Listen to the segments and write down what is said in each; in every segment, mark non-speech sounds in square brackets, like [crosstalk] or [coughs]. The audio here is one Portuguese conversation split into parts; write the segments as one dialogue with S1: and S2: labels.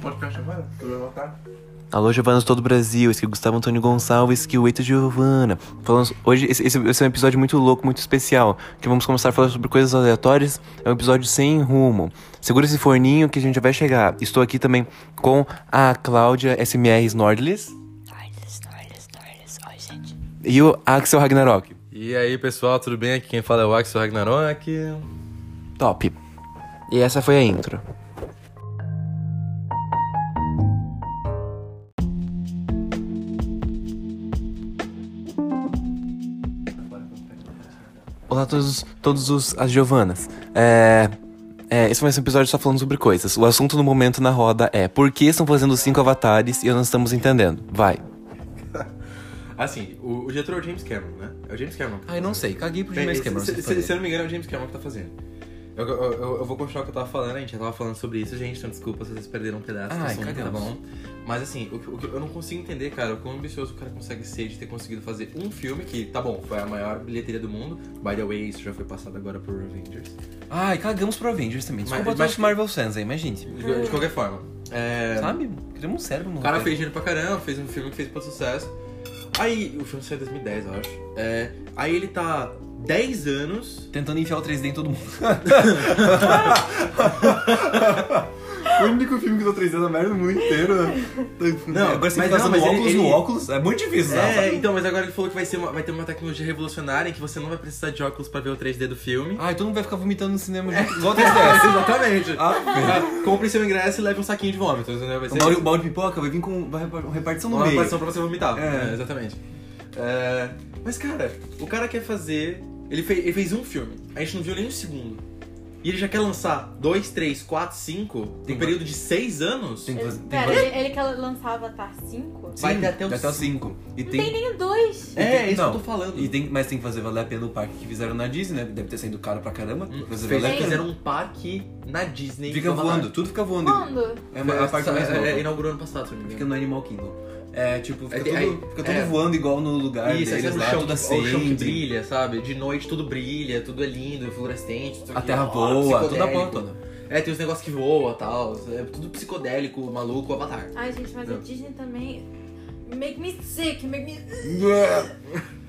S1: podcast agora? Que eu vou voltar.
S2: Alô, Giovanas todo o Brasil, esse aqui é o Gustavo Antônio Gonçalves, que é o Eita Giovana. Falamos, hoje, esse, esse- esse é um episódio muito louco, muito especial, que vamos começar a falar sobre coisas aleatórias, é um episódio sem rumo. Segura esse forninho que a gente já vai chegar. Estou aqui também com a Cláudia SMR Snordlis
S3: Norlis, Norlis, Norlis. Oi, gente.
S2: e o Axel Ragnarok.
S4: E aí, pessoal, tudo bem? Aqui quem fala é o Axel Ragnarok.
S2: Top. E essa foi a intro. Olá a todos, todos os, as Giovanas. É, é, esse foi esse episódio só falando sobre coisas. O assunto no momento na roda é por que estão fazendo cinco avatares e eu não estamos entendendo. Vai.
S4: Assim, o, o diretor é o James Cameron, né? É o James Cameron.
S2: Ai, não sei. Caguei pro
S4: Bem, se, se- se eu não me engano, é o James Cameron que tá fazendo. Eu, eu- eu- eu vou continuar o que eu tava falando, a gente já tava falando sobre isso, gente, então desculpa se vocês perderam um pedaço do
S2: Ai,
S4: assunto, tá
S2: cagamos.
S4: bom? Mas assim, o, que- o que eu não consigo entender, cara, o quão ambicioso o cara consegue ser de ter conseguido fazer um filme que, tá bom, foi a maior bilheteria do mundo. By the way, isso já foi passado agora por Avengers.
S2: Ai, cagamos pro Avengers também.
S4: Mas-
S2: Desculpa
S4: mas
S2: todos os
S4: que-
S2: Marvel Sans aí, mas gente...
S4: De, de qualquer forma. É...
S2: Sabe? Criamos um cérebro no
S4: O cara
S2: roteiro.
S4: fez dinheiro pra caramba, fez um filme que fez pra sucesso. Aí, o filme saiu em 2010, eu acho. É, aí ele tá 10 anos.
S2: Tentando enfiar o 3D em todo mundo.
S1: [laughs] O único filme que eu tô 3 anos merda no mundo inteiro. né? Tipo, é.
S4: Não,
S2: agora você
S4: mas
S2: fica usando
S4: não, mas ele-
S2: óculos no
S4: ele-
S2: óculos. É muito difícil,
S4: É,
S2: né?
S4: então, mas agora ele falou que vai, ser uma- vai ter uma tecnologia revolucionária em que você não vai precisar de óculos pra ver o 3D do filme. É,
S2: Ai, todo mundo vai ficar vomitando no cinema junto, igual o [laughs] 3DS.
S4: Exatamente.
S2: Ah,
S4: Ah, Compre seu ingresso e leve um saquinho de vômito, entendeu? Vai
S2: O
S4: ser
S2: balde, o balde de pipoca vai vir com vai repar- repartição no
S4: uma
S2: meio.
S4: aparição pra você vomitar.
S2: um É.
S4: É, exatamente. É, mas, cara, o cara quer fazer. Ele fez, ele fez um filme, a gente não viu nem um segundo. E ele já quer lançar dois, três, quatro, cinco,
S2: Tem
S4: num período de seis anos?
S2: Tem que fazer. Tem que
S3: Pera,
S2: fazer.
S3: ele, ele que lançava Avatar 5?
S4: Vai ter até o
S2: Vai até o 5. E tem.
S3: Tem dois.
S2: e tem-
S4: É, isso
S2: não.
S4: que eu tô falando.
S2: E tem, mas tem que fazer valer a pena o parque que fizeram na Disney, né? Deve ter saído caro pra caramba.
S4: Hum,
S2: fazer
S4: fez-
S2: valer a pena.
S4: Fizeram um parque na Disney.
S2: Fica
S4: em Salvador.
S2: voando, tudo fica voando.
S3: Quando?
S2: É uma, a parte
S4: Essa-
S2: mais nova.
S4: é, é, inaugurou ano passado, se não me
S2: Fica
S4: engano.
S2: no Animal Kingdom. É, tipo, fica
S4: É,
S2: tudo,
S4: aí-
S2: fica tudo
S4: é.
S2: voando igual no lugar
S4: Isso, aí
S2: deles
S4: o
S2: lá,
S4: chão,
S2: tudo
S4: o chão que
S2: acende.
S4: brilha, sabe? De noite tudo brilha, tudo é lindo, fluorescente. tudo
S2: A
S4: aqui,
S2: terra
S4: ó,
S2: voa, toda a
S4: psicodélico.
S2: porra toda.
S4: É, tem os negócios que voam e tal. É tudo psicodélico, maluco, avatar.
S3: Ai, gente, mas a
S4: Não.
S3: Disney também. Make me sick, make me.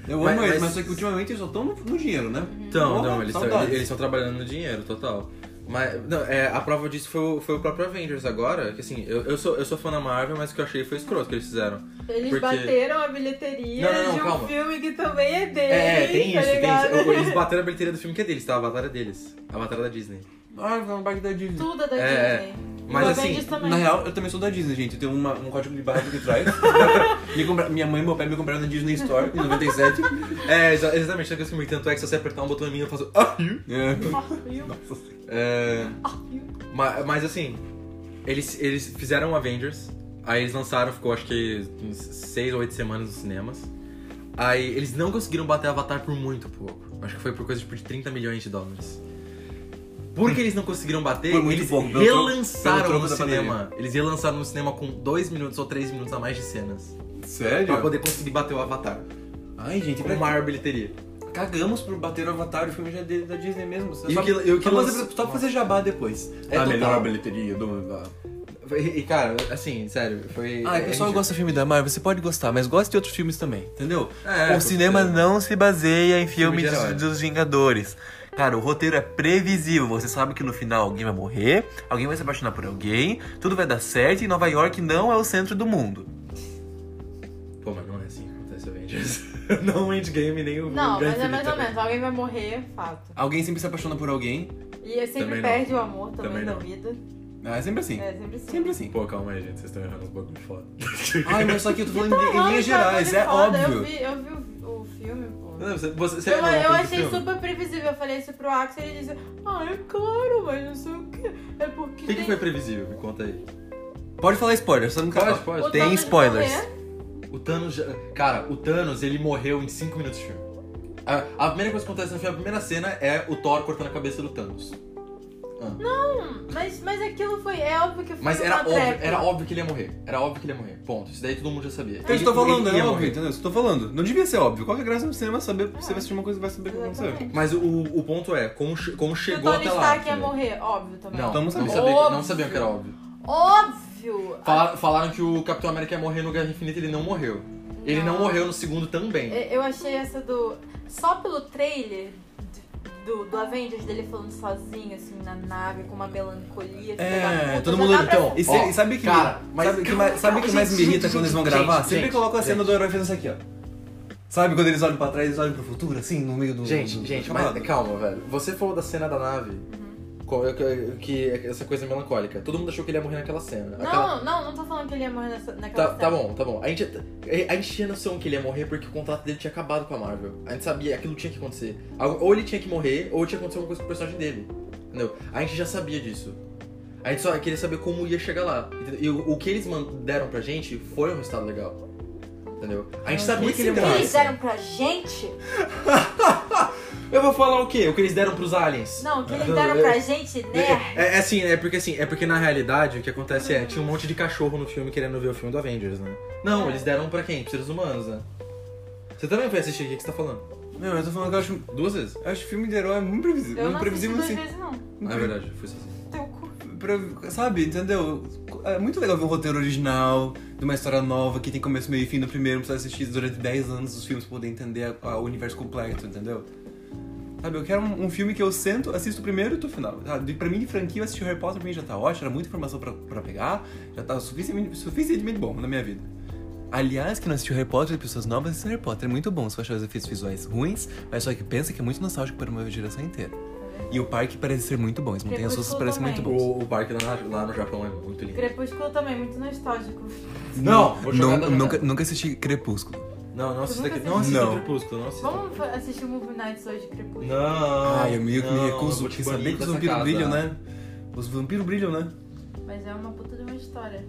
S2: Eu
S4: Mas-
S2: amo eles,
S4: mas-
S2: mas só que ultimamente eles só estão no, no dinheiro, né?
S4: Então,
S2: Porra,
S4: não, eles estão
S2: saudades.
S4: eles estão trabalhando no dinheiro, total. Mas não, é, a prova disso foi, o- foi o próprio Avengers agora. Que assim, eu, eu, sou, eu sou fã da Marvel, mas o que eu achei foi escroto que eles fizeram.
S3: Eles
S4: Porque-
S3: bateram a bilheteria
S4: Não, não, não,
S3: de um
S4: calma.
S3: filme que também é deles.
S4: É, tem
S3: tá
S4: isso, tem
S3: ligado?
S4: isso. Eles bateram a bilheteria do filme que é deles, tá? A Avatar é deles. A Avatar é da Disney.
S2: Ah, foi uma parte da Disney.
S3: Tudo é da
S4: É,
S3: Disney.
S4: mas
S3: O
S4: assim,
S3: Avengers também.
S2: Na real, eu também sou da Disney, gente. Eu tenho uma- um código de barra que traz. [laughs] Me compra- Minha mãe e meu pai me compraram na Disney Store em 97.
S4: É, exa- exatamente, tanto que tanto é que se você apertar um botão em mim, eu faço. [laughs] "Ah, you".
S2: É.
S3: Ah, you,
S4: É,
S3: ah, you.
S4: mas, mas assim, eles, eles fizeram o Avengers, aí eles lançaram, ficou acho que uns seis ou oito semanas nos cinemas. Aí eles não conseguiram bater Avatar por muito pouco. Acho que foi por coisa tipo, de 30 milhões de dólares. Porque eles não conseguiram bater,
S2: Foi muito
S4: eles
S2: pouco, pelo tro-
S4: relançaram
S2: pelo troco
S4: no
S2: da
S4: cinema. Eles relançaram no cinema com dois minutos ou três minutos a mais de cenas. Pra
S2: Sério?
S4: poder conseguir bater o Avatar.
S2: Ai, gente,
S4: Com
S2: pra...
S4: maior bilheteria.
S2: cagamos por bater o Avatar. O filme já é dele, da Disney mesmo. Só,
S4: E
S2: só-
S4: o que- e o que
S2: só pra
S4: lança-
S2: fazer, só pra fazer jabá depois.
S4: É total.
S2: bilheteria do mundo.
S4: E, cara, assim, sério, foi.
S2: Ai, pessoal
S4: é,
S2: gosta do filme da Marvel. Você pode gostar, mas gosta de outros filmes também, entendeu?
S4: É,
S2: o
S4: com
S2: cinema
S4: certeza.
S2: não se baseia em
S4: Filme
S2: filmes
S4: de
S2: dos,
S4: herói.
S2: dos Vingadores. Cara, o roteiro é previsível. Você sabe que no final alguém vai morrer, alguém vai se apaixonar por alguém, tudo vai dar certo e Nova York não é o centro do mundo.
S4: Pô, mas não é assim que acontece Avengers. [laughs] não o endgame nem o. né?
S3: Não,
S4: Guerra
S3: mas é mais
S4: Infinita.
S3: ou menos. Alguém vai morrer, é fato.
S2: Alguém sempre se apaixona por alguém.
S3: E é sempre
S4: Também não.
S3: perde o amor também,
S4: Também
S3: da
S4: não.
S3: vida.
S2: Ah, É sempre assim.
S3: É, sempre assim.
S2: Sempre
S4: [laughs]
S2: assim.
S4: Pô, calma aí, gente, vocês estão errando os bagulho foda. [laughs]
S2: Ai, mas só que eu tô falando em- em
S3: Olha,
S2: linhas
S3: cara,
S2: gerais,
S3: olha
S2: é
S3: que Ah, foda. Eu
S2: óbvio.
S3: vi, eu vi o, o filme, pô.
S4: Não, você, você, você
S3: Eu,
S4: não,
S3: eu
S4: não,
S3: achei
S4: não.
S3: super previsível. Eu falei isso pro Axel e ele disse: Ah, é claro, mas não sei o que. É porque.
S4: O que, que
S3: tem
S4: foi previsível? Me conta aí.
S2: Pode falar spoiler, só não
S4: Pode,
S3: o
S4: pode.
S2: tem
S3: Thanos
S2: spoilers.
S3: morrer."
S4: O Thanos. já- Cara, o Thanos, ele morreu em 5 minutos de filme. A, a primeira coisa que acontece no filme, a primeira cena é o Thor cortando a cabeça do Thanos.
S3: Hum, Mas, mas aquilo foi. É óbvio que foi.
S4: Mas
S3: uma
S4: era óbvio,
S3: trap.
S4: era óbvio que ele ia morrer. Era óbvio que ele ia morrer. Ponto. Isso daí todo mundo já sabia.
S2: Eu estou falando,
S4: ele
S2: é
S4: ia
S2: óbvio,
S4: morrer.
S2: entendeu? Eu estou falando. Não devia ser óbvio. Qual que é a graça do cinema saber? Você vai assistir uma coisa e vai saber o que aconteceu.
S3: Exatamente.
S4: Mas o, o ponto é, como, che- como
S3: Que o
S4: chegou
S3: Tony
S4: até lá.
S3: Stark ia
S4: entendeu?
S3: morrer, óbvio também.
S4: Não,
S2: Então não
S4: não
S2: sabia.
S4: sabia, que- não
S3: Óbvio.
S4: sabia que era óbvio.
S3: óbvio.
S4: Fala- falaram que o Capitão América ia morrer no Guerra Infinita, ele não morreu. Ele não
S3: Não.
S4: morreu no segundo também.
S3: É, Eu achei essa do. Só pelo trailer do, do Avengers dele falando sozinho, assim, na nave, com uma melancolia. filho
S4: É,
S3: da puta, já dá pra-
S4: então,
S2: E, se-
S4: Ó,
S2: e sabe que
S4: cara,
S2: me,
S4: mas-
S2: sabe, que mais- sabe que mais me
S4: gente,
S2: irrita
S4: gente,
S2: quando eles vão
S4: gente,
S2: gravar?
S4: gente,
S2: Sempre colocam a cena
S4: gente.
S2: do herói fazendo isso aqui, ó. Sabe quando eles olham pra trás, eles olham pro futuro, assim, no meio do.
S4: Gente,
S2: do-
S4: gente,
S2: do
S4: mas
S2: chamado?
S4: calma, velho. Você falou da cena da nave. qual é Que, que é essa coisa melancólica. Todo mundo achou que ele ia morrer naquela cena. Aquela-
S3: Não, não, não tô falando que ele ia morrer nessa, naquela
S4: Tá, tá bom, tá bom. A gente, a gente tinha noção que ele ia morrer porque o contrato dele tinha acabado com a Marvel. A gente sabia, aquilo tinha que acontecer. Algo- Ou ele tinha que morrer, ou tinha que acontecer alguma coisa com o personagem dele. Entendeu? A gente já sabia disso. A gente só queria saber como ia chegar lá. entendeu? E o, o que eles man- deram pra gente foi um resultado legal. Entendeu? A gente sabia que ele ia
S3: O que
S4: morrer.
S3: eles deram pra gente?
S4: Eu vou falar o quê? O que eles deram pros aliens.
S3: Não, o que eles deram pra gente, né?
S4: É, é assim, é porque assim, é porque na realidade o que acontece é, tinha um monte de cachorro no filme querendo ver o filme do Avengers, né? Não, eles deram pra quem? Pros seres humanos, né? Você também foi assistir o que que você tá falando?
S2: Não, eu tô falando que eu acho,
S4: Duas vezes?
S2: eu acho filme de herói é muito previsível.
S3: Eu não assisti
S2: previsível
S3: duas
S2: assim.
S3: vezes, não.
S4: Ah, é verdade, foi assim.
S3: Teu cu.
S2: Pra- sabe, entendeu? É muito legal ver um roteiro original, de uma história nova, que tem começo, meio e fim no primeiro, não precisa assistir durante 10 anos os filmes pra poder entender a- a- o universo completo, entendeu? Sabe, eu quero um, um filme que eu sento, assisto o primeiro e tô final. Sabe? Pra mim, de franquia, eu assisti Harry Potter, pra mim já tá ótimo, era muita informação pra, pra pegar, já tá suficientemente, suficientemente bom na minha vida. Aliás, quem não assistiu Harry Potter, pessoas novas, assistiu Harry Potter é muito bom, só achar os efeitos visuais ruins, mas só que pensa que é muito nostálgico para uma geração inteira. E o parque parece ser muito bom, as montanhas russas
S3: Crepúsculo
S2: parecem muito
S3: também.
S2: bons.
S4: O, o parque lá, na- lá no Japão é muito lindo.
S3: Crepúsculo também, muito nostálgico.
S4: Não, vou jogar
S2: Nun-
S4: da
S2: nunca,
S4: janela.
S2: nunca assisti Crepúsculo.
S4: Não, não assista,
S3: nunca
S4: não
S2: assisti.
S4: assista
S2: Não.
S4: Crepúsculo, não assista.
S3: Vamos fa- assistir o Movie Nights hoje, Crepúsculo.
S4: Não.
S2: Ai, eu meio que me
S4: não,
S2: recuso,
S4: eu vou te
S2: porque
S4: banir
S2: saber que os
S4: dessa
S2: vampiros
S4: casa.
S2: brilham, né? Os vampiros brilham, né?
S3: Mas é uma puta de uma história.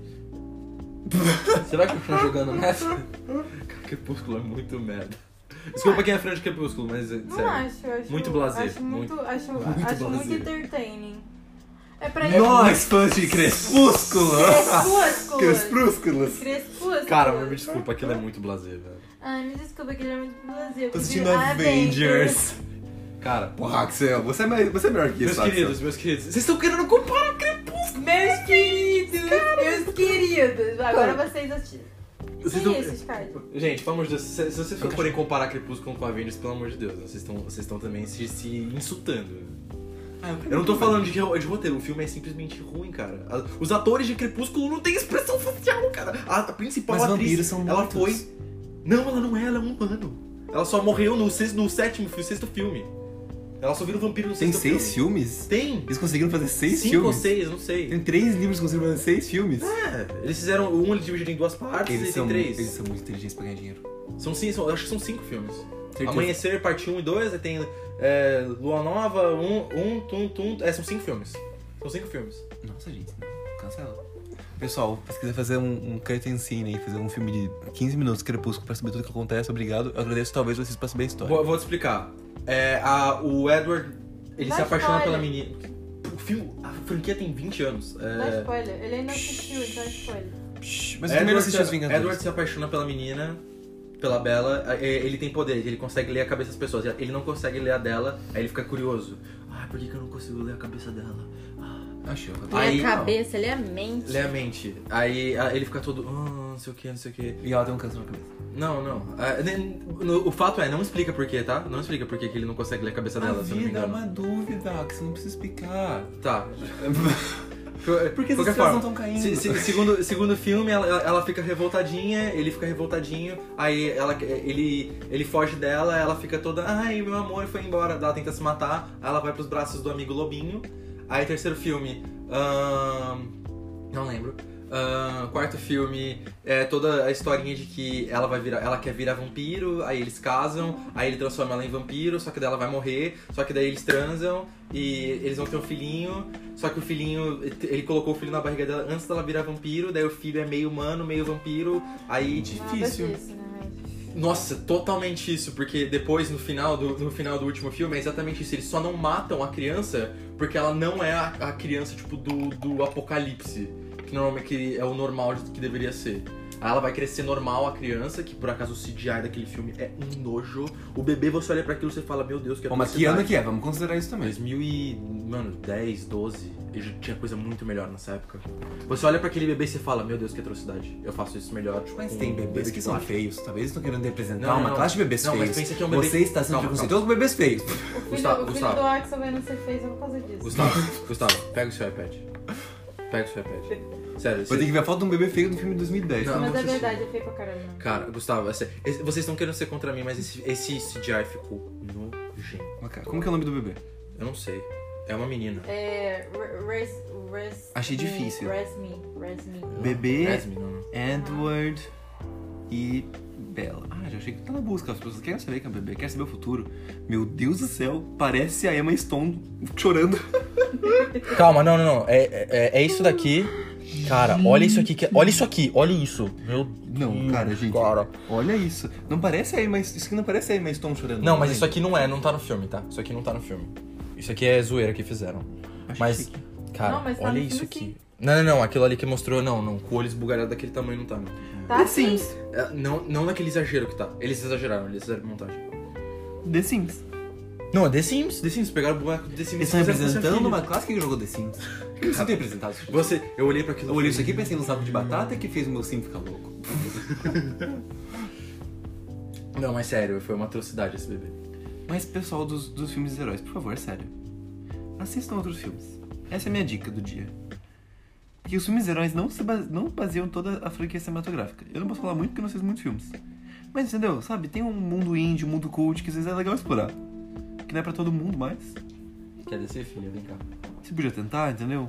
S4: Será que eu estou jogando nessa? [laughs] Cara, Crepúsculo é muito merda. Desculpa quem é fã de Crepúsculo, mas é,
S3: Não
S4: sério.
S3: acho, eu acho.
S4: Muito blasé,
S3: Acho muito, acho,
S2: muito
S3: acho muito
S2: blasé.
S3: entertaining. É pra
S2: Nós, fãs de Crepúsculo!
S3: Crepúsculo!
S2: Crepúsculos!
S3: Crepúsculo!
S4: Cara, mas me desculpa, aquilo é muito blazer, velho.
S3: Ai, me desculpa que ele é muito blasé.
S2: Tô assistindo
S4: Ah,
S2: Avengers!
S4: Cara,
S2: Porra, Axel, você é, mais- você é melhor que
S4: meus
S2: isso, Axel.
S4: queridos, meus queridos, vocês estão querendo comparar o Crepúsculo?
S3: Meus queridos! Meus queridos! Agora vocês assistem.
S4: Vocês
S3: Que
S4: não-
S3: isso, Skype?
S4: Gente, pelo amor de Deus, se, se vocês forem comparar Crepúsculo com Avengers, pelo amor de Deus, né? vocês estão vocês estão também se, se insultando. Ah, Eu não tô falando de, de roteiro, o filme é simplesmente ruim, cara. A- Os atores de Crepúsculo não têm expressão facial, cara. A, a principal
S2: Mas
S4: atriz,
S2: vampiros são
S4: ela
S2: mortos.
S4: foi... Não, ela não é, ela é um humano. Ela só morreu no, sex- no sétimo filme, sexto filme. Ela só vira um vampiro no
S2: Tem
S4: sexto filme.
S2: seis filmes?
S4: Tem.
S2: Eles conseguiram fazer seis
S4: Cinco ou
S2: filmes?
S4: seis, não sei.
S2: Tem três livros que conseguiram fazer seis filmes?
S4: É, eles fizeram um eles dividiram em duas partes
S2: Eles
S4: e
S2: são,
S4: tem três.
S2: eles são muito inteligentes pra ganhar dinheiro.
S4: São cinco, são- acho que são cinco filmes.
S2: Certeza.
S4: Amanhecer, parte 1 e 2, aí tem é, Lua Nova, um, um, tum, tum. É, são cinco filmes. São cinco filmes.
S2: Nossa, gente, não. cancela. Pessoal, se quiser fazer um, um curtain scene aí, fazer um filme de 15 minutos, Crepúsculo, pra saber tudo o que acontece, obrigado. Eu agradeço talvez vocês pra saber a história.
S4: Vou, vou te explicar. É, a- o Edward, ele
S3: Dá
S4: se apaixona
S3: spoiler.
S4: pela menina. O filme, a franquia tem 20 anos. É,
S3: Dá spoiler. Ele ainda assistiu, então é spoiler.
S2: Shhh, Mas eu primeiro assisti Os Vingadores.
S4: Edward se apaixona pela menina, pela Bella. é, Ele tem poderes, ele consegue ler a cabeça das pessoas. Ele não consegue ler a dela, aí ele fica curioso. Ah, por que, que eu não consigo ler a cabeça dela? Ah,
S2: Achei.
S4: Lê a Aí,
S3: cabeça, ele é a mente.
S4: lê a mente. Aí ah, ele fica todo, ah, não sei o que, não sei o que.
S2: E ela tem um câncer na cabeça.
S4: Não, não. Ah, nem- no- o fato é, não explica por quê, tá? Não explica por quê que ele não consegue ler a cabeça dela, se eu não me
S2: vida é
S4: engano.
S2: uma dúvida que você não precisa [laughs] explicar.
S4: Tá. Por, é,
S2: Por que
S4: qualquer
S2: esses caras
S4: forma,
S2: não estão caindo?
S4: se- se- segundo, segundo filme, ela, ela fica revoltadinha, ele fica revoltadinho, aí ela, ele, ele foge dela, ela fica toda, ai, meu amor foi embora. Ela tenta se matar, aí ela vai pros braços do amigo lobinho. Aí terceiro filme, ahn, não lembro. Ahn, quarto filme é toda a historinha de que ela vai virar, ela quer virar vampiro, aí eles casam, aí ele transforma ela em vampiro, só que daí ela vai morrer, só que daí eles transam e eles vão ter um filhinho, só que o filhinho, ele colocou o filho na barriga dela antes dela virar vampiro, daí o filho é meio humano, meio vampiro, aí
S2: Difícil.
S3: Nada disso, né, gente?
S4: nossa, totalmente isso, porque depois no final do, no final do último filme é exatamente isso. Eles só não matam a criança porque ela não é a, a criança tipo do, do apocalipse, que normalmente que é o normal de- que deveria ser. Aí ela vai crescer normal a criança, que por acaso o CGI daquele filme é um nojo. O bebê, você olha pra aquilo e você fala, meu Deus, que
S2: Bom, mas que
S4: atrocidade."
S2: ano que é? Vamos considerar isso também.
S4: 2010, 12, eu já tinha coisa muito melhor nessa época. Você olha pra aquele bebê e você fala, meu Deus, que atrocidade. Eu faço isso melhor. tipo,
S2: Mas
S4: com
S2: tem
S4: um
S2: bebês
S4: bebê
S2: que
S4: de
S2: são
S4: plástico.
S2: feios. Talvez eles estão querendo representar
S4: Não, não,
S2: uma
S4: não.
S2: classe de bebês
S4: Não, mas
S2: feios.
S4: pensa que é um bebê-
S2: Você está sendo
S4: Calma,
S2: preconceituoso com bebês feios.
S3: O filho,
S4: Gustavo,
S3: o filho
S4: Gustavo.
S3: do Axel vai não ser fez por causa disso.
S2: [laughs]
S4: Gustavo, Gustavo, pega o seu iPad. Pega o seu iPad. Sério,
S2: Vou
S4: você-
S2: ter que ver a foto de um bebê feio do filme de 2010.
S4: Não,
S2: tá?
S3: Mas é
S4: assisti.
S3: verdade, é feio pra caralho. né?
S4: Cara, Gustavo, essa- esse- vocês estão querendo ser contra mim, mas esse, esse CGI ficou nojento.
S2: Mas, cara, como que é o nome do bebê?
S4: Eu não sei. É uma menina.
S3: É. re- Res, res,
S2: Achei
S3: me,
S2: difícil.
S3: Res me, res me.
S2: Bebê.
S4: Esme, não, não.
S2: Edward e Bella. Ah, já achei que tá na busca. As pessoas querem saber quem é o bebê, querem saber o futuro. Meu Deus do céu, parece a Emma Stone chorando.
S4: Calma, não, não, não. É, é, é isso daqui. Cara, olha isso aqui. que- é- Olha isso aqui. Olha isso. Meu
S2: Não,
S4: Deus,
S2: cara, gente. Olha isso. Não parece a Emma Isso aqui não parece a Emma Stone chorando.
S4: Não, mas isso aqui não é. Não tá no filme, tá? Isso aqui não tá no filme. Isso aqui é zoeira que fizeram. Mas, cara,
S3: Não, mas tá no
S4: olha
S3: filme,
S4: isso
S3: sim.
S4: aqui. Não, não, não. Aquilo ali que mostrou, não, não. Com o olho esbugalhado daquele tamanho não tá, não.
S3: Tá
S2: Sim.
S3: sim.
S4: É, Não, não naquele exagero que tá. Eles exageraram, eles fizeram montagem.
S2: The Sims.
S4: Não, é The Sims. The Sims. Pegaram o boneco do The Sims. e
S2: Eles estão
S4: fizeram com seu
S2: representando
S4: filho.
S2: uma classe que jogou The Sims. Eles não têm apresentado isso.
S4: Você, eu olhei pra aquilo.
S2: Eu olhei isso aqui e pensei no sapo de batata que fez o meu sim ficar louco.
S4: Não, mas sério, foi uma atrocidade esse bebê.
S2: Mas pessoal dos, dos filmes de heróis, por favor, sério. Assistam outros filmes. Essa é a minha dica do dia. Que os filmes de heróis não, se base- não baseiam toda a franquia cinematográfica. Eu não posso falar muito porque eu não sei muitos filmes. Mas entendeu? Sabe? Tem um mundo indie, um mundo cult que às vezes é legal explorar. Que não é pra todo mundo, mas
S4: Quer descer, filha? Vem cá.
S2: você podia tentar, entendeu?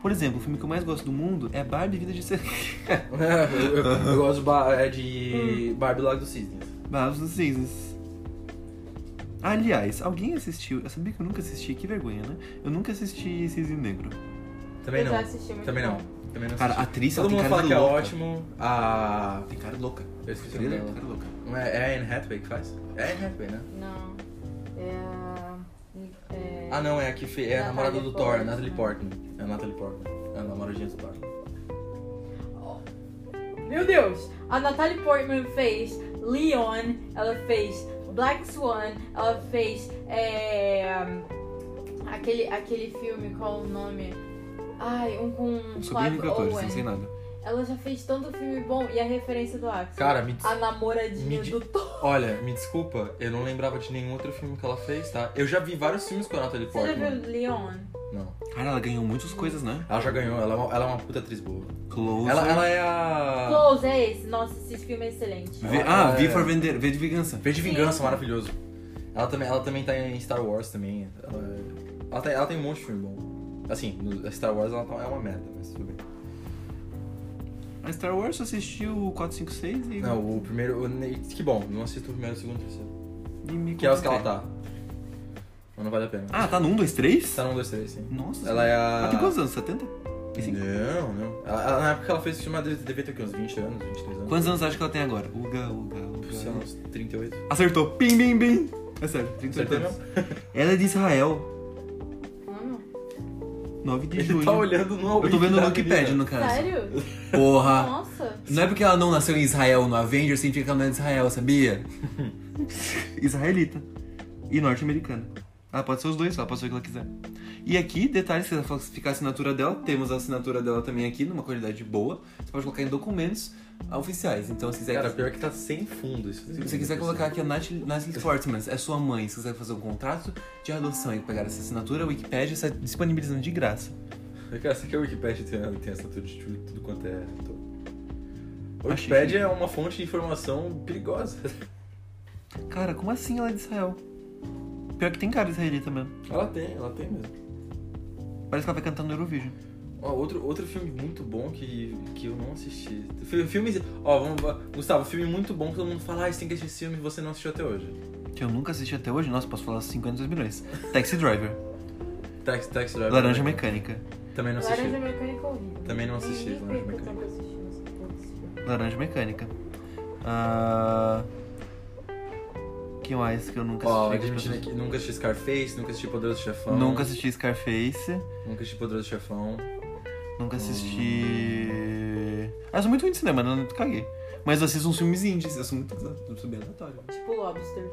S2: Por exemplo, o filme que eu mais gosto do mundo é Barbie Vida de Ser.
S4: [laughs]
S2: [laughs]
S4: eu, eu- eu gosto ba- é
S3: Hum.
S4: de Barbie Lago dos Cisnes.
S2: Barbie dos Cisnes. Aliás, alguém assistiu? Eu sabia que eu nunca assisti, que vergonha, né? Eu nunca assisti Cisne Negro.
S4: Também
S3: eu
S4: não.
S3: já assisti muito
S4: Também não.
S3: bom.
S4: Também não
S2: Cara, a
S4: assisti.
S2: atriz, ela
S4: Todo
S2: tem
S4: mundo
S2: cara
S4: fala
S2: de
S4: que é
S2: louca.
S4: ótimo. A.
S2: Tem cara de louca.
S4: Ah, Eu esqueci o
S2: Tem
S4: nome
S2: cara
S4: dela.
S2: de louca.
S4: Não é, é a Anne Hathaway que faz? É a Anne Hathaway, né?
S3: Não. É. é-
S4: Ah, não, é a que fe... é a
S3: Natalie
S4: namorada do Thor,
S3: Portman.
S4: Natalie Portman. É a Natalie Portman. É a namoradinha do Thor.
S3: Meu Deus! A Natalie Portman fez Leon, ela fez Black Swan, ela fez é, aquele, aquele filme, qual o nome? Ai, um com
S2: Não sou bem
S3: Clive
S2: liga atores,
S3: Owen.
S2: não sei nada.
S3: Ela já fez tanto filme bom e a referência do Axel.
S4: Cara, me, des-
S3: a namoradinha
S4: me di-
S3: do Thor.
S4: Olha, me desculpa, eu não lembrava de nenhum outro filme que ela fez, tá? Eu já vi vários filmes com a Natalie
S3: Você já
S4: Portman.
S3: viu Leon?
S4: Não.
S2: Cara, ela ganhou muitas coisas, né?
S4: Ela já ganhou, ela é uma, ela é uma puta atriz boa.
S2: Close.
S4: Ela, ela é a.
S3: Close é esse? Nossa, esse filme é excelente.
S2: V-
S4: ela
S2: Ah, V
S4: é-
S2: for Vendetta. V de Vingança.
S4: Verde
S3: Sim.
S4: Vingança, maravilhoso. Ela também, ela também tá em Star Wars também. Ela, é- ela tem, ela tem um monte de filme bom. Assim, no Star Wars ela tá- é uma merda, mas tudo bem.
S2: A Star Wars só assistiu o 456 e...
S4: Não, o primeiro. o ne- que bom, não assisto o primeiro, o segundo, o terceiro.
S2: e me
S4: Que é os que ela
S2: contei.
S4: tá. Mas não vale a pena.
S2: Ah, tá no 1, 2, 3?
S4: Tá no 1, 2, 3, sim.
S2: Nossa.
S4: Ela é a.
S2: Ela tem quantos anos? 70? E cinco?
S4: Não, não. Ela, ela- na época que ela fez esse filme, ela deve- devia ter o quê? Uns 20 anos, 23 anos.
S2: Quantos anos acha que ela tem agora? Uga, uga,
S4: Sei lá,
S2: uga.
S4: uns 38.
S2: Acertou. Bim, bim, bim. É sério, 38
S4: Acertei
S2: anos.
S4: mesmo?
S2: [laughs] Ela é de Israel,
S3: Mano,
S2: 9 de
S4: Ele
S2: junho.
S4: tá olhando no
S2: Eu tô vendo
S4: da
S2: no Wikipedia,
S4: menina.
S2: no caso.
S3: sério?
S4: Ah.
S2: Porra.
S3: Nossa.
S2: Não é porque ela não nasceu em Israel no Avengers, significa que ela não é de Israel,
S4: [laughs]
S2: sabia? Israelita. E norte-americana. Ah, pode ser os dois, ela pode ser o que ela quiser. E aqui, detalhe, se ela falsificar a assinatura dela, temos a assinatura dela também aqui, numa qualidade boa. Você pode colocar em documentos oficiais. Então, se quiser,
S4: Cara, pior que tá sem fundo isso.
S2: se você quiser colocar aqui a Natalie Natalie Portman, é sua mãe. Se quiser fazer um contrato de adoção e pegar essa assinatura, a Wikipedia está disponibilizando de graça.
S4: Cara, será É que a Wikipedia tem, tem assinatura de tudo, tudo quanto é. A
S2: Achei
S4: Wikipedia é uma fonte de informação perigosa. [laughs]
S2: Cara, como assim ela é de Israel? Pior que tem cara de israelita mesmo.
S4: Ela tem, ela tem mesmo.
S2: Parece que ela vai cantar no Eurovision.
S4: Ó, outro, outro filme muito bom que, que eu não assisti. Fi- Filmes. Ó, vamos. Gustavo, filme muito bom que todo mundo fala, ah, você tem que assistir esse filme e você não assistiu até hoje.
S2: Que eu nunca assisti até hoje, nossa, posso falar 52 milhões. Taxi Driver,
S4: Tax, Tax Driver.
S2: Laranja
S4: também.
S2: Mecânica,
S4: Também não assisti.
S3: Laranja Mecânica é horrível.
S4: Também não assisti
S3: Nem
S4: Laranja
S3: vi,
S4: Mecânica.
S3: porque eu tava assistindo esse- esse filme.
S2: Laranja Mecânica. Ah. que mais que eu nunca
S4: Ó,
S2: assisti?
S4: admiti
S2: Tipo assim,
S4: que nunca assisti Scarface, nunca assisti Poderoso Chefão.
S2: Nunca assisti Scarface.
S4: Nunca assisti Poderoso Chefão.
S5: Nunca
S2: Hum.
S5: assisti. Ah, sou muito ruim de cinema, né? Caguei.
S2: Mas eu assisto uns filmes indies, eu sou muito eu sou bem aleatório.
S3: Tipo Lobster.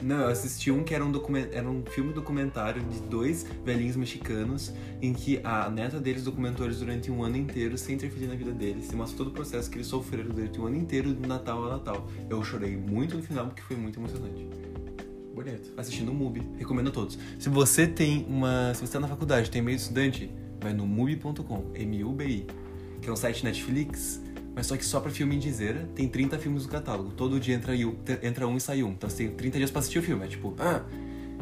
S2: Não, eu assisti um que era um, documen- era um filme documentário de dois velhinhos mexicanos em que a neta deles documentou eles durante um ano inteiro sem interferir na vida deles. E mostra todo o processo que eles sofreram durante um ano inteiro, de Natal a Natal. Eu chorei muito no final porque foi muito emocionante.
S4: Bonito.
S2: Assistindo o MUBI, recomendo a todos. Se você tem uma. Se você tá na faculdade tem meio de estudante, vai no mubi.com, M-U-B-I, que é um site Netflix. Mas só que só pra filme indizeira, tem 30 filmes no catálogo. Todo dia entra, e um- entra um e sai um. Então você tem 30 dias pra assistir o filme. É tipo, ah.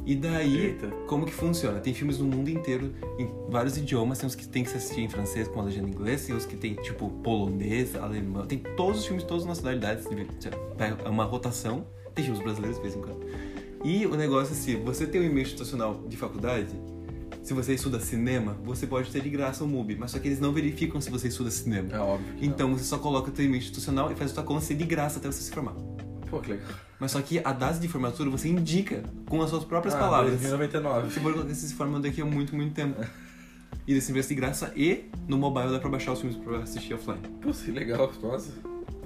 S2: E daí,
S4: Eita.
S2: como que funciona? Tem filmes no mundo inteiro, em vários idiomas. Tem os que tem que se assistir em francês com a legenda em inglês. Tem os que tem, tipo, polonês, alemão. Tem todos os filmes, todas as nacionalidades. É uma rotação. Tem filmes brasileiros de vez em quando. E o negócio é se você tem um e-mail institucional de faculdade, se você estuda cinema, você pode ter de graça o MUBI, mas só que eles não verificam se você estuda cinema.
S4: É óbvio. que não.
S2: Então você só coloca o teu e-mail institucional e faz a tua conta ser de graça até você se formar.
S4: Pô, que legal.
S2: Mas só que a data de formatura você indica com as suas próprias
S4: Ah,
S2: palavras.
S4: 2099.
S2: Se for você se forma daqui a muito, muito tempo. E desse investe de graça e no mobile dá pra baixar os filmes pra assistir offline.
S4: Putz, que legal. Nossa.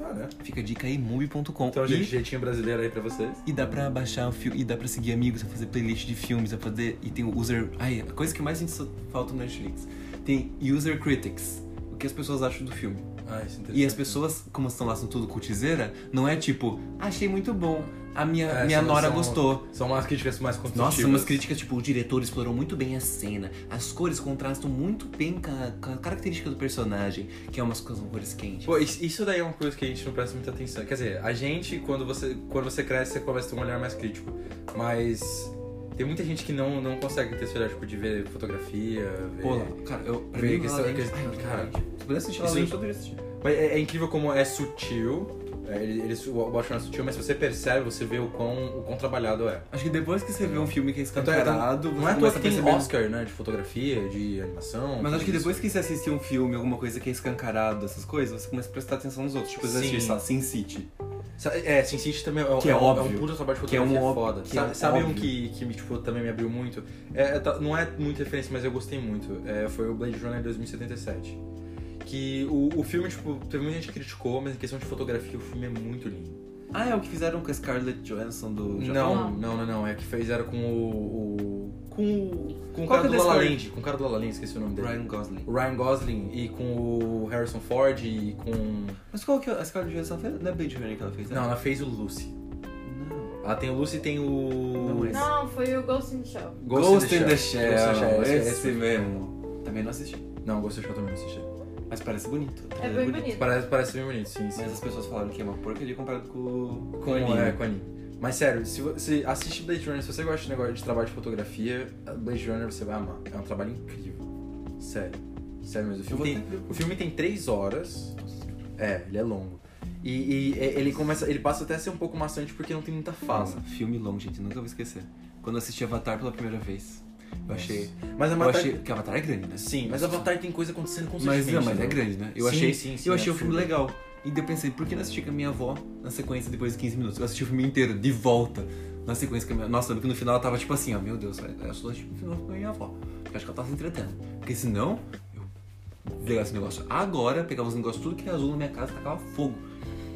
S4: Ah, né?
S2: Fica a dica aí, mubi.com.
S4: Então,
S2: e...
S4: gente, jeitinho brasileiro aí pra vocês.
S2: E dá pra baixar o filme, e dá pra seguir amigos, dá pra fazer playlist de filmes, dá pra fazer. E tem o user. Ai, a coisa que mais a gente só- falta no Netflix. Tem user critics. O que as pessoas acham do filme.
S4: Ah, isso é interessante.
S2: E as pessoas, como estão lá, são tudo cultizeira, não é tipo, achei muito bom, a minha,
S4: É,
S2: minha
S4: são-
S2: nora
S4: são-
S2: gostou.
S4: São umas críticas mais construtivas.
S2: Nossa, umas críticas tipo, o diretor explorou muito bem a cena, as cores contrastam muito bem com a, com a característica do personagem, que é umas coisas cores quentes.
S4: Pô, isso isso daí é uma coisa que a gente não presta muita atenção. Quer dizer, a gente, quando você, quando você cresce, você começa a ter um olhar mais crítico. Mas tem muita gente que não, não consegue ter esse olhar, tipo, de ver fotografia, ver...
S2: Pô, lá, cara, eu. Pra
S4: Vê
S2: mim, é
S4: questão-
S2: La La Land-
S4: questão-
S2: Ai,
S4: cara,
S2: Se pudesse assistir La La
S4: isso-
S2: Land, eu poderia assistir.
S4: Mas é, é incrível como é sutil. É, ele, ele, su- o Watchmen é sutil, mas se você percebe, você vê o quão, o quão trabalhado é.
S2: Acho que depois que você vê um filme que é
S4: Tanto é,
S2: escancarado,
S4: não
S2: você
S4: é à toa
S2: começa
S4: que
S2: a
S4: tem
S2: perceber.
S4: Oscar, né? De fotografia, de animação.
S2: Mas
S4: tudo
S2: acho que
S4: isso.
S2: depois que você assistir um filme, alguma coisa que é escancarado, essas coisas, você começa a prestar atenção nos outros. Tipo, você
S4: Sim.
S2: assiste, sei lá, Sin City.
S4: Sa- É, Sin City também é, um-
S2: Que é
S4: um- um
S2: óbvio.
S4: puta trabalho de
S2: Que é um
S4: fotografia
S2: óbvio.
S4: foda.
S2: Que é
S4: sabe sabe um
S2: óbvio.
S4: que, que me, tipo, também me abriu muito? É, tá- não é muita referência, mas eu gostei muito. É, foi o Blade Runner 2077. Que o, o filme, tipo, teve muita gente que criticou, mas em questão de fotografia, o filme é muito lindo.
S2: Ah, é o que fizeram com a Scarlett Johansson do Japão?
S4: Não, não, não, não. É que fizeram com o. o com o. Com o
S2: Qual
S4: cara
S2: que
S4: do
S2: é desse
S4: La La
S2: cara?
S4: Land. Com o cara do La La Land, esqueci o nome dele.
S2: Ryan Gosling.
S4: O Ryan Gosling e com o Harrison Ford e com.
S2: Mas qual que é a Scarlett Johansson fez? Não é Blade Runner que ela fez, né?
S4: Não, ela fez o Lucy.
S2: Não.
S4: Ela tem o Lucy e tem o.
S2: Não, é. esse-
S3: Não, foi o Ghost in the Shell.
S2: Ghost, in the Shell.
S4: Ghost in the Shell,
S2: Esse,
S4: esse- esse-
S2: mesmo. Também não assisti.
S4: Não, Ghost in the Shell também não assisti.
S2: Mas parece bonito.
S3: É bem bonito.
S4: Parece, parece bem bonito, sim, sim.
S2: Mas as pessoas falaram que é uma porcaria comparado com, com,
S4: com,
S2: o anime.
S4: é, com anime. Mas sério, se você assiste Blade Runner, se você gosta de negócio de trabalho de fotografia, Blade Runner você vai amar. É um trabalho incrível. Sério. Sério mesmo. O
S2: Eu vou
S4: filme, tem,
S2: ter que-
S4: o filme tem três horas. É, ele é longo. E, e é- ele começa. Ele passa até a ser um pouco maçante porque não tem muita fala.
S2: Nossa, filme longo, gente, nunca vou esquecer. Quando eu assisti Avatar pela primeira vez, eu achei.
S4: Mas a
S2: Eu
S4: Avatar.
S2: achei. Porque Avatar é grande, né?
S4: Sim, mas Avatar tem coisa acontecendo
S2: Mas,
S4: constantemente.
S2: não, mas é
S4: né?
S2: grande, né? Eu
S4: Sim,
S2: achei,
S4: sim, sim,
S2: eu achei o filme
S4: absurdo.
S2: legal. E daí eu pensei, por que não assistir com a minha avó na sequência depois de 15 minutos? Eu assisti o filme inteiro, de volta, na sequência com a minha Nossa, lembro que no final ela tava tipo assim, ó, meu Deus, eu só assisti o final com a minha avó. Porque acho que ela tava se entretendo. Porque senão, eu pegava esse negócio agora, pegava os negócios tudo que é azul na minha casa e tacava fogo.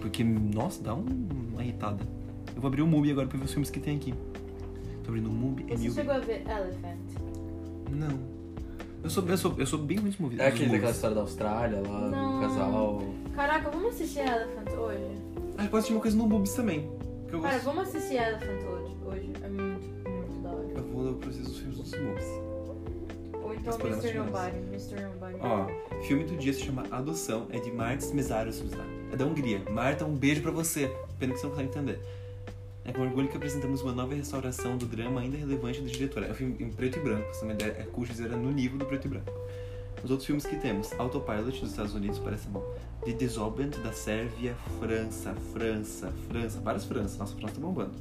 S2: Porque, nossa, dá um- uma irritada. Eu vou abrir o Mubi agora pra ver os filmes que tem aqui. Tô abrindo o Mubi, é
S3: Você
S2: Mubi.
S3: chegou a ver Elephant?
S2: Não. Eu sou, eu, sou, eu sou bem ruim dos movidos.
S4: É aquele daquela história da Austrália lá,
S3: Não.
S4: do casal.
S3: Caraca, vamos assistir Elephant hoje?
S2: A gente pode assistir uma coisa no Boobs também. Que eu
S3: Cara,
S2: gosto.
S3: vamos assistir Elephant hoje. hoje. É muito, muito da hora.
S2: Eu vou eu preciso dos filmes dos Boobs.
S3: Ou então
S2: Mas podemos assistir
S3: Mr. Nobody. Mr. Nobody.
S2: Ó, filme do dia se chama Adoção, é de Martes Mesaros É da Hungria. Marta, um beijo pra você. Pena que você não consegue entender. É com orgulho que apresentamos uma nova restauração do drama ainda relevante do diretor. É um filme em preto e branco, pra você ter uma ideia, é cujo era no nível do preto e branco. Os outros filmes que temos, Autopilot dos Estados Unidos, parece bom. The Desobedient da Sérvia, França, França, França, várias Franças. Nossa, a França tá bombando.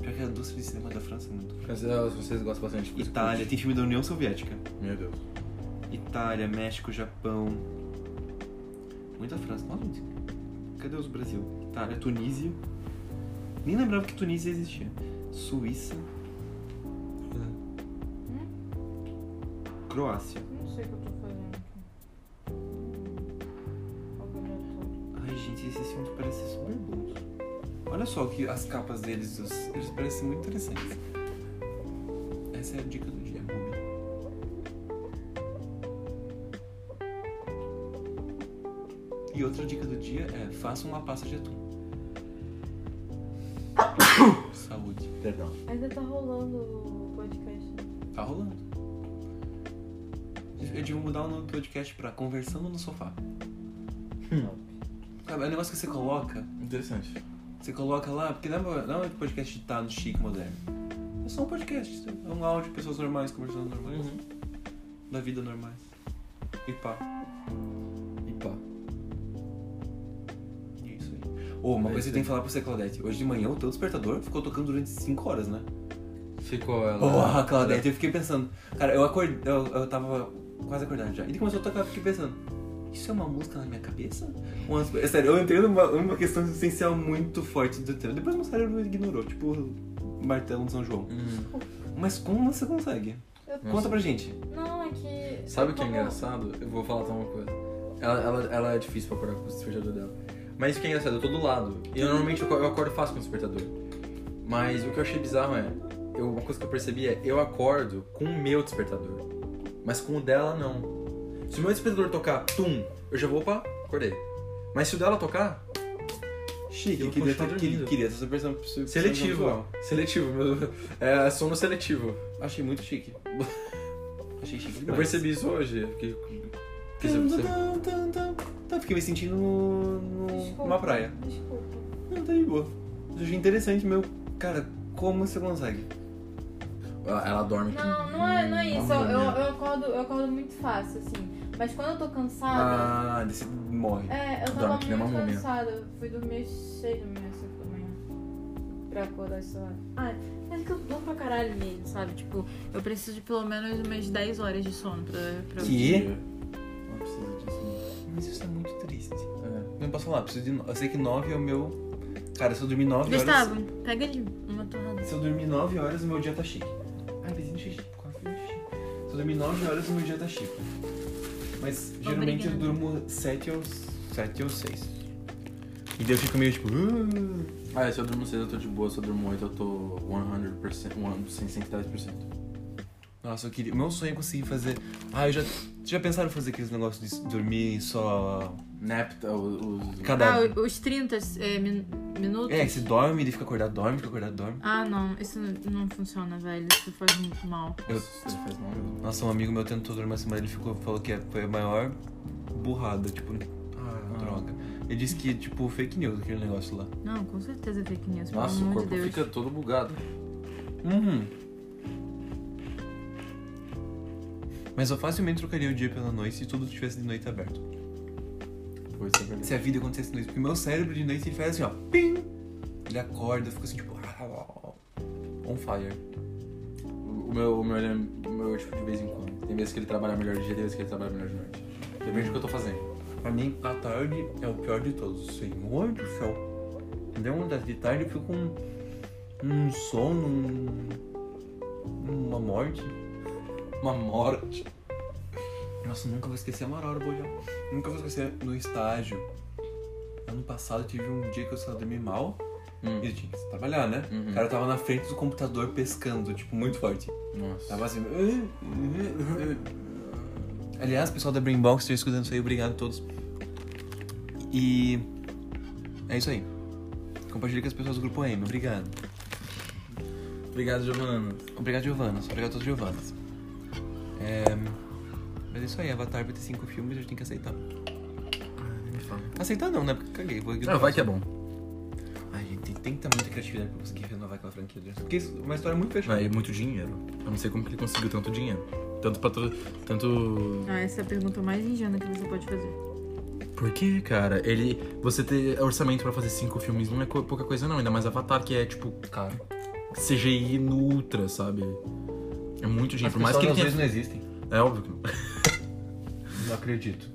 S2: Pior que é a indústria de cinema da França é muito.
S4: Mas, ah, se Vocês gostam bastante de
S2: Itália, tem filme da União Soviética.
S4: Meu Deus.
S2: Itália, México, Japão. Muita França. Nossa, gente. Cadê os Brasil? Itália, Tunísia. Nem lembrava que Tunísia existia. Suíça. Croácia.
S3: Não sei o que eu tô fazendo.
S2: gente, esses filmes parecem super bons. Olha só que as capas deles, os- eles parecem muito interessantes. Essa é a dica do dia, Ruby. E outra dica do dia é faça uma pasta de atum. [coughs] Saúde.
S4: Perdão.
S3: Ainda tá rolando o podcast. né?
S2: Tá rolando. Eu devia mudar o nome do podcast pra Conversando no Sofá. Sabe, É um negócio que você coloca
S4: Interessante.
S2: Você coloca lá, porque não é uma- não é um podcast ditado chique, moderno. É só um podcast. É um áudio de pessoas normais conversando normais.
S4: Uhum.
S2: Da vida normais. E pá.
S4: E pá.
S2: É isso aí. Ô, uma
S4: É
S2: coisa que
S4: isso
S2: eu tenho que
S4: aí.
S2: falar pra você, Claudete. Hoje de manhã o teu despertador ficou tocando durante 5 horas, né?
S4: Ficou ela.
S2: Porra,
S4: É.
S2: Claudete, eu fiquei pensando. Cara, eu acordei. Eu, eu tava quase acordado já. E ele começou a tocar, eu fiquei pensando. Isso é uma música na minha cabeça? Uma- é sério, eu entrei numa, numa questão existencial muito forte do tempo. Depois meu cérebro ignorou, tipo o martelo de São João.
S4: Hum.
S2: Mas como você consegue?
S3: Eu-
S2: Conta pra gente.
S3: Não, é que.
S4: Sabe o que é
S3: como-
S4: engraçado? Eu vou falar só uma coisa. Ela, ela, ela é difícil pra acordar com o despertador dela. Mas isso que é engraçado, eu tô do lado. E eu, normalmente eu, co- eu acordo fácil com o despertador. Mas o que eu achei bizarro é. eu- uma coisa que eu percebi é eu acordo com o meu despertador. Mas com o dela não. Se o meu despertador tocar, tum, eu já vou, opa, acordei. Mas se o dela tocar,
S2: Chique,
S4: Eu
S2: eu queria,
S4: continuo
S2: ter- que-
S4: dormindo.
S2: queria ter essa é versão versão
S4: seletivo.
S2: visual.
S4: Seletivo, meu. É sono seletivo.
S2: Achei muito chique. [laughs] Achei chique
S4: Eu
S2: demais.
S4: percebi isso hoje. Fiquei.
S2: Tum,
S4: fiquei-
S2: tum, tum, tum, tum. Tá, Fiquei me sentindo no- no-
S3: Desculpa.
S2: numa praia.
S3: Desculpa.
S2: Não, tá de boa. Mas achei interessante, meu. Cara, como você consegue?
S4: Ela ela
S2: Uhum.
S4: dorme
S3: Não, não é, não é isso. Eu,
S4: Amor,
S3: eu,
S4: né?
S3: eu acordo, eu acordo muito fácil, assim. Mas quando eu tô cansada.
S2: Ah, desse morre.
S3: é, eu tava
S4: Dorme que nem uma
S3: muito
S4: múmia.
S3: cansada. Eu fui dormir cheio de manhã, 5 da manhã. Pra acordar essa hora. Ai, mas é que eu durmo pra caralho mesmo, sabe? Tipo, eu preciso de pelo menos umas 10 horas de sono pra. pra...
S2: Que?
S4: Não precisa disso.
S2: Mas isso é muito triste.
S4: É.
S2: Não posso falar, preciso de. no- Eu sei que 9 é o meu. Cara, se eu dormir 9 horas.
S3: Gustavo, pega ali uma torrada.
S2: Se eu dormir 9 horas, o meu dia tá chique. Ai, vizinho xixi, quase fez xixi. Se eu dormir 9 horas, o meu dia tá chique. Mas geralmente eu
S3: Obrigada.
S2: durmo 7 ou 7 ou 6. E daí eu fico meio tipo. "Ah".
S4: Ah, é, se eu durmo 6 eu tô de boa, se eu durmo 8 eu tô 100%, 100%, 110%.
S2: Nossa, eu queria. Meu sonho é conseguir fazer. Ah, eu já. Vocês já pensaram em fazer aqueles negócios de dormir só.
S4: Nap, tá, os... os-
S2: Cada.
S3: Ah, os 30 é, min- minutos?
S2: É, que você dorme, ele fica acordado, dorme, fica acordado, dorme.
S3: Ah, não, isso não funciona, velho. Isso faz muito mal.
S2: Eu-
S4: Nossa, isso faz mal mesmo.
S2: Nossa, um amigo meu tentou dormir uma semana, ele ficou, falou que é- foi a maior burrada, tipo, ah,
S4: Ah.
S2: droga. Ele disse que, tipo, fake news aquele negócio lá.
S3: Não, com certeza é fake news, pelo
S4: Nossa, o
S3: amor de
S4: corpo
S3: Deus.
S4: fica todo bugado.
S2: Uhum. Mas eu facilmente trocaria o dia pela noite se tudo tivesse de noite aberto.
S4: Pô, isso é verdade.
S2: Se a vida acontecesse de noite, porque meu cérebro de noite ele faz assim, ó, pim! Ele acorda, fica assim, tipo, [laughs] on fire.
S4: O o meu, o meu, ele é- o meu, tipo, de vez em quando. Tem vezes que ele trabalha melhor de dia, tem vezes que ele trabalha melhor de noite. Depende do que eu tô fazendo.
S2: Pra mim, a tarde é o pior de todos. Senhor do céu. Me deu uma das de tarde, eu fico com um, um sono, um, uma morte.
S4: Uma morte.
S2: Nossa, nunca vou esquecer é a Aurora Boreal. Nunca vou esquecer no estágio. Ano passado eu tive um dia que eu só dormi mal
S4: Hum.
S2: e eu tinha que trabalhar, né?
S4: Uhum.
S2: O cara tava na frente do computador pescando, tipo, muito forte.
S4: Hum. Nossa.
S2: Tava assim. "Ah, ah, ah". [laughs] Aliás, pessoal da Brainbox, se estiver escutando isso aí, obrigado a todos. E. É isso aí. Compartilhe com as pessoas do grupo M, obrigado.
S4: Obrigado, Giovana.
S2: Obrigado, Giovanas. Obrigado a todos, Giovanas. É... Mas é isso aí, Avatar vai ter cinco filmes, a gente tem que aceitar.
S4: Me fala.
S2: Aceitar não, né? Porque caguei, vou ignorar.
S4: Ah, vai que é bom.
S2: Ai, gente, tem, tem que ter muita criatividade pra conseguir renovar aquela franquia. né? Porque isso é uma história muito fechada.
S4: Vai, muito dinheiro. Eu não sei como que ele conseguiu tanto dinheiro. Tanto patro... Tanto...
S3: Ah, essa é a pergunta mais ingênua que você pode fazer.
S4: Por que, cara? Ele. Você ter orçamento pra fazer cinco filmes não é co- pouca coisa, não. Ainda mais Avatar, que é, tipo, cara. CGI no ultra, sabe? É muito dinheiro. Por mais que ele tenha.
S2: não existem.
S4: É óbvio que não. [laughs]
S2: Não acredito.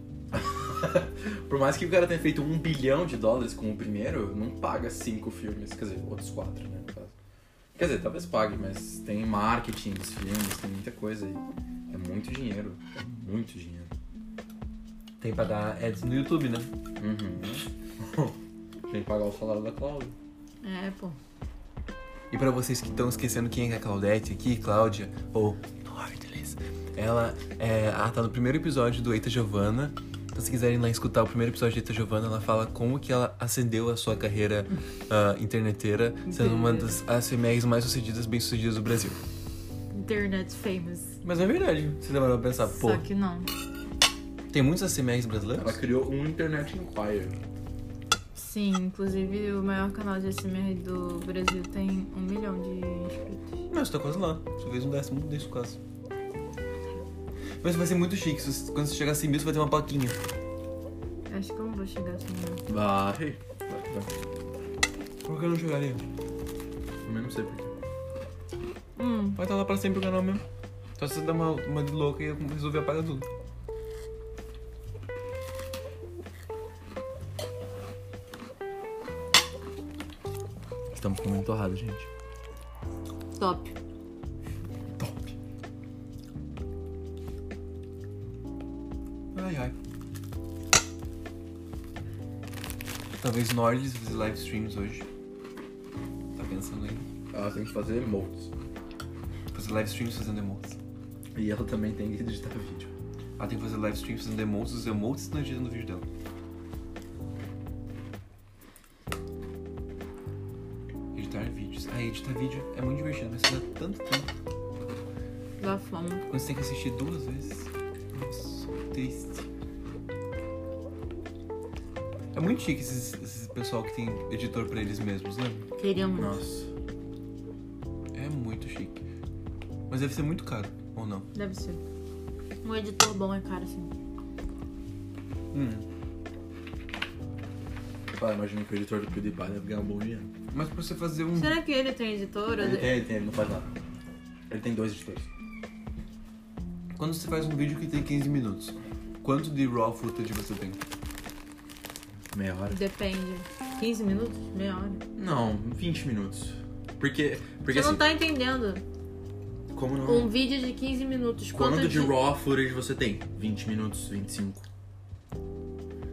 S4: Por mais que o cara tenha feito um bilhão de dólares com o primeiro, não paga cinco filmes. Quer dizer, outros quatro, né, no caso. Quer dizer, talvez pague, mas tem marketing dos filmes, tem muita coisa aí. É muito dinheiro. É muito dinheiro.
S2: Tem pra dar ads no YouTube, né?
S4: Uhum. [laughs] Tem que pagar o salário da Cláudia.
S3: É, pô.
S6: E pra vocês que estão esquecendo quem é a Claudete aqui, Cláudia, ou Tortelis, ela é. Ela tá no primeiro episódio do Eita Giovanna. Então, se quiserem lá escutar o primeiro episódio de Eita Giovanna, ela fala como que ela acendeu a sua
S2: [laughs]
S6: carreira ah, interneteira, sendo uma das ASMRs mais sucedidas, bem sucedidas do Brasil.
S3: Internet famous.
S2: Mas é verdade. Você demorou pra
S4: Tá,
S2: pensar, pô,
S3: Só que não.
S6: Tem muitos ASMRs brasileiros?
S4: Ela criou um Internet Empire.
S3: Sim, inclusive o maior canal de SMR do Brasil tem um milhão de inscritos.
S2: Mas tô tá quase lá. Talvez um décimo desse quase. Mas vai ser muito chique. se você- Quando você chegar assim mil, você vai ter uma plaquinha.
S3: Acho que eu não vou chegar assim. não.
S4: Vai. Vai.
S2: Por que eu não chegaria?
S4: Também não sei porquê.
S3: Hum,
S2: Vai estar lá pra sempre o canal mesmo. Só se você dá uma, uma de louca e resolver apagar tudo.
S4: Estamos comendo torrada, gente.
S3: top.
S2: Ai, ai. Talvez Nordis fazer live streams hoje. Tá pensando em
S4: Ela tem que fazer emotes.
S2: fazer live streams fazendo emotes.
S4: E ela também tem que editar vídeo.
S2: Ela tem que fazer live streams fazendo emotes, os emotes estão editando o vídeo dela. Editar vídeos. Ah, editar vídeo é muito divertido, mas você dá tanto tempo.
S3: Dá fome.
S2: Quando você tem que assistir duas vezes. Nossa, que triste. É muito chique esses, esses pessoal que tem editor pra eles mesmos, né?
S3: Queríamos.
S4: Nossa.
S2: É muito chique. Mas deve ser muito caro, ou não?
S3: Deve ser. Um editor bom é caro, assim.
S4: Pai, imagina que o editor do PewDiePie deve ganhar um bom dinheiro.
S2: Mas pra você fazer um.
S3: Será que ele tem editor?
S4: Ele tem, ele tem, ele não faz nada. Ele tem dois editores.
S2: Quando você faz um vídeo que tem 15 minutos, quanto de raw footage você tem?
S4: Meia hora?
S3: Depende. 15 minutos? Meia hora.
S4: Não, 20 minutos. Porque, porque
S3: Você
S4: assim,
S3: não tá entendendo.
S4: como não...
S3: Um vídeo de 15 minutos.
S4: Quanto
S3: quanto
S4: de raw footage você tem? 20 minutos, 25.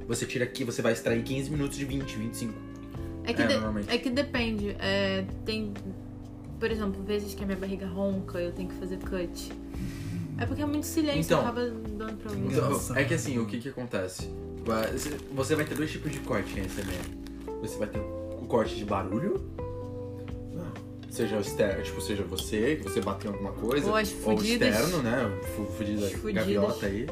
S4: Você tira aqui, você vai extrair 15 minutos de 20, 25.
S3: É que,
S4: É,
S3: de-
S4: normalmente.
S3: é que depende. É, tem, por exemplo, vezes que a minha barriga ronca eu tenho que fazer cut. É porque é muito silêncio,
S4: Então.
S3: acaba dando problema.
S4: Então,
S2: Engraçado.
S4: é que assim, o que que acontece? Vai- Você vai ter dois tipos de corte em SMR. Você vai ter o corte de barulho.
S2: Ah.
S4: Seja o externo, tipo, seja você, que você bateu em alguma coisa.
S3: Ou as
S4: ou
S3: fudidas.
S4: externo, né? Fu- Fudida,
S3: As fudidas.
S4: gaviota aí.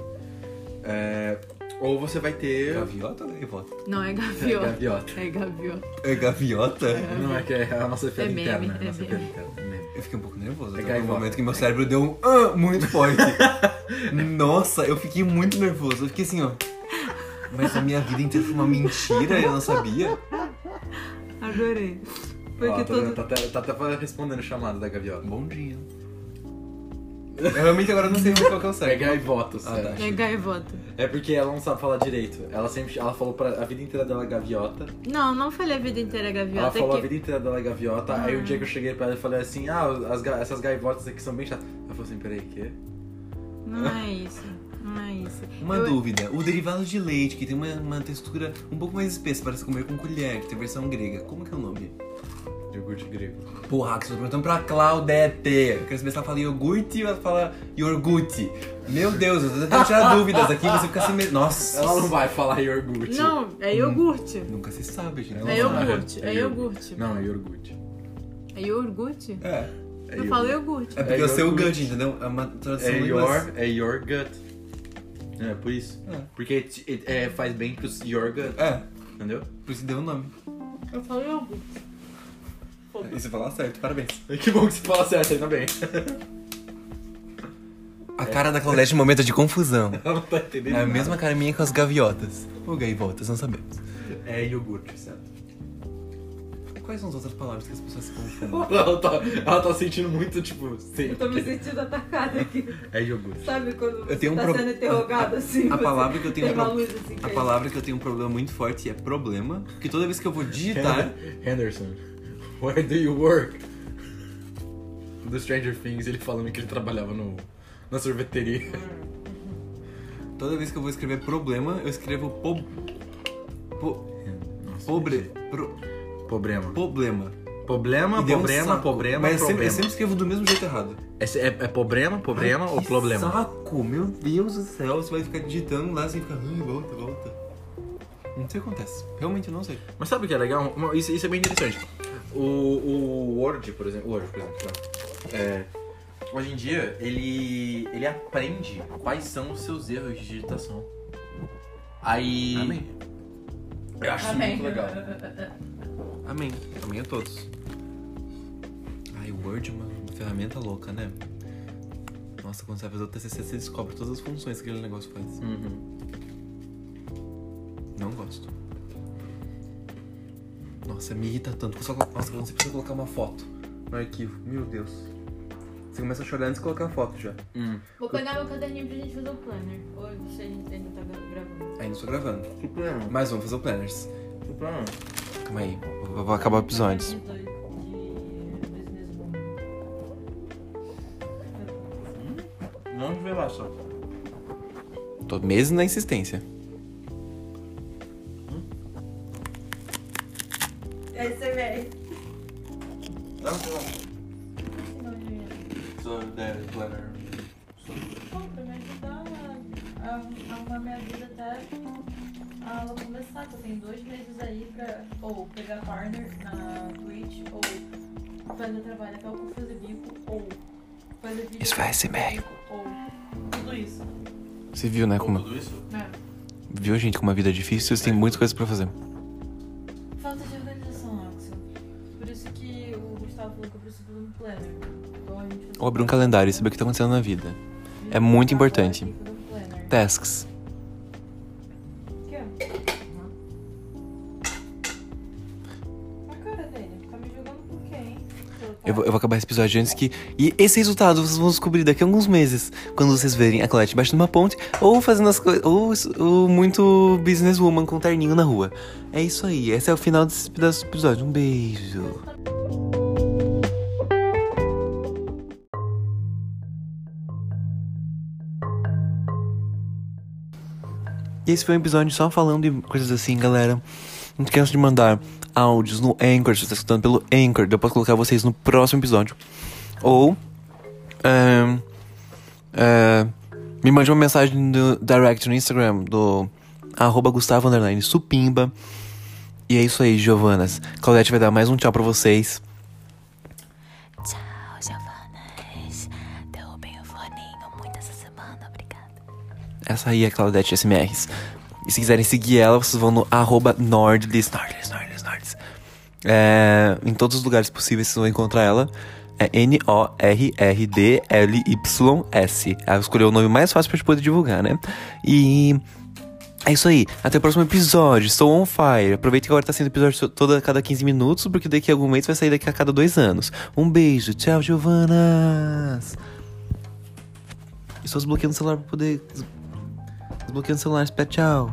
S4: É, ou você vai
S2: É
S4: ter...
S2: Gaviota ou gaivota?
S3: Não, é
S4: É,
S3: gaviota.
S4: gaviota.
S3: É gaviota.
S2: É gaviota?
S4: Não, é que é a nossa piada
S3: É meme,
S4: interna.
S3: é
S4: a nossa
S3: meme.
S4: piada interna. é meme.
S2: Eu fiquei um pouco nervoso.
S4: É
S2: até no
S4: gaivota.
S2: momento que meu cérebro deu um "Ah", muito forte. Nossa, eu fiquei muito nervoso. Eu fiquei assim, ó. Mas a minha vida inteira foi uma mentira e eu não sabia.
S3: Adorei.
S4: Ó,
S3: Porque
S4: tá,
S3: todo.
S4: tá, até- tá até respondendo o chamado da gaviota.
S2: Bom dia. Eu realmente agora não sei mais qual que é o
S4: É
S2: certo.
S4: gaivota,
S2: Ah, tá.
S4: sério.
S3: É gaivota.
S4: É porque ela não sabe falar direito. Ela sempre. Ela falou pra, a vida inteira dela é gaviota.
S3: Não, não falei a vida inteira gaviota.
S4: ela
S3: é
S4: falou a
S3: que-
S4: vida inteira dela é gaviota. Aí o dia que eu cheguei pra ela e falei assim: Ah, as ga- essas gaivotas aqui são bem chatas. Ela falou assim: Peraí, quê?
S3: Não é isso. Não é isso.
S2: Uma
S3: Eu-
S2: dúvida. O derivado de leite, que tem uma, uma textura um pouco mais espessa para se comer com colher, que tem versão grega. Como que é o nome?
S4: Iogurte grego.
S2: Porra, que vocês perguntando pra Claudete. Eu quero saber se ela fala iogurte ou ela fala iogurte. Meu Deus, eu tô tentando [laughs] tirar dúvidas aqui, você fica assim mesmo. Nossa.
S4: Ela não vai falar iogurte.
S3: Não,
S2: Hum.
S3: é iogurte.
S2: Nunca se sabe, gente.
S4: Ela
S3: É
S4: não vai.
S3: iogurte. É iogurte.
S4: Não, é iogurte.
S3: É iogurte?
S2: É.
S4: É
S3: Eu falo iogurte.
S2: É porque
S4: É
S2: eu sei o
S4: iogurte.
S2: gut, entendeu? É uma tradução
S4: É
S2: em inglês.
S4: your, é your gut. É por isso.
S2: É.
S4: Porque it- it- é, faz bem pros your gut,
S2: É,
S4: entendeu?
S2: por isso deu o nome.
S3: Eu falo iogurte.
S2: E você fala certo, parabéns.
S4: [laughs] Que bom que você fala certo, ainda bem. [laughs]
S2: A cara da Claudete no momento de confusão. [laughs]
S4: Ela não tá entendendo.
S2: É a
S4: nada.
S2: mesma cara minha com as gaviotas. Ou gaivotas, não sabemos.
S4: É iogurte, certo?
S2: Quais são as outras palavras que as pessoas se confundem?
S4: Ela tá, ela tá sentindo muito, tipo, sem.
S3: Eu tô me sentindo atacada aqui.
S4: É iogurte.
S3: Sabe quando você
S2: tenho um
S3: tá
S2: pro-
S3: sendo interrogado assim?
S2: A
S3: você
S2: palavra que eu tenho um
S3: tem uma
S2: pro-
S3: luz assim
S2: A
S3: que-
S2: palavra que eu tenho um problema muito forte é problema, porque toda vez que eu vou digitar,
S4: Henderson, where do you work? Do Stranger Things, ele falando que ele trabalhava no, na sorveteria.
S7: Toda vez que eu vou escrever problema, eu escrevo po... po-
S4: Nossa,
S7: pobre... pro-
S4: Problema.
S7: problema.
S4: Problema,
S7: E deu um
S4: problema,
S7: saco.
S4: problema,
S7: Mas eu sempre,
S4: problema.
S7: eu sempre escrevo do mesmo jeito errado.
S4: É, se- é, é problema, problema ou
S7: Que
S4: problema?
S7: saco! Meu Deus do céu, você vai ficar digitando lá, você fica... "Ah, volta, volta. Não sei o que acontece. Realmente não sei.
S4: Mas sabe o que é legal? Uma- Isso, isso é bem interessante. O, o Word, por exemplo. o Word, por exemplo. tá? É, hoje em dia, ele, ele aprende quais são os seus erros de digitação. Aí.
S7: Amém.
S4: Eu acho isso
S3: Amém.
S4: muito legal.
S7: Amém. Amém a todos. Ai, o Word é uma ferramenta louca, né? Nossa, quando você vai fazer o TCC, você descobre todas as funções que aquele negócio faz.
S4: Uhum.
S7: Não gosto. Nossa, me irrita tanto. Só colo- Nossa, quando você precisa colocar uma foto no arquivo. Meu Deus. Você começa a chorar antes de colocar a foto já.
S4: Hum.
S3: Vou pegar meu caderninho pra gente fazer o planner. Ou se a gente ainda tá gravando.
S7: Ainda estou gravando.
S4: Que problema?
S7: Mas vamos fazer o planners.
S4: Que problema?
S2: Calma aí, eu vou acabar o episódio antes.
S3: De business woman.
S8: Não de revelação.
S2: Tô mesmo na insistência.
S3: Aí você vem.
S8: Não, não. Sou David Planner.
S3: Pra me ajudar a- a arrumar minha vida até a ela começar, que eu tenho dois meses aí pra ou pegar partner na Twitch, ou fazer trabalho até o curso de bico, ou fazer vídeo.
S2: Isso vai ser meio.
S3: Ou tudo isso.
S2: Você viu, né? Como...
S8: Tudo isso?
S3: né?
S2: Viu, gente, como a vida é difícil, você tem muitas coisas pra fazer.
S3: Falta de organização, Axel. Por isso que o Gustavo falou que eu preciso de um planner. Então a gente
S2: Ou abrir um calendário e saber o que tá acontecendo na vida. É muito importante.
S3: um
S2: Tá.
S3: Até.
S2: Tasks.
S3: Uhum. A cara dele, tá me jogando com quem?
S2: Eu vou, eu vou acabar esse episódio antes que. E esse resultado vocês vão descobrir daqui a alguns meses. Quando vocês verem a Colette embaixo de uma ponte, ou fazendo as coisas. Ou, s- ou muito businesswoman com um terninho na rua. É isso aí. Esse é o final desse pedaço do episódio. Um beijo. E esse foi um episódio só falando de coisas assim, galera. Não esqueça de mandar áudios no Anchor, se você está escutando pelo Anchor. Eu posso colocar vocês no próximo episódio. Ou. ahn, ah, me mande uma mensagem no direct no Instagram do arroba Gustavo Underline Supimba. E é isso aí, Giovanas. Claudete vai dar mais um tchau pra vocês.
S9: Tchau, Giovanas. Derrubem o forninho muito essa semana, obrigada.
S2: Essa aí é a Claudete SMRs. E se quiserem seguir ela, vocês vão no arroba Nordlis, Nordlis, Nordlis, Nordlis. É, em todos os lugares possíveis vocês vão encontrar ela. É N-O-R-R-D-L-Y-S. Ela escolheu o nome mais fácil pra gente poder divulgar, né? E é isso aí. Até o próximo episódio. Estou on fire. Aproveita que agora tá sendo episódio so- toda a cada 15 minutos, porque daqui a algum mês vai sair daqui a cada dois anos. Um beijo. Tchau, Giovanas. Estou desbloqueando o celular pra poder Desbloqueando o celular, espera, tchau.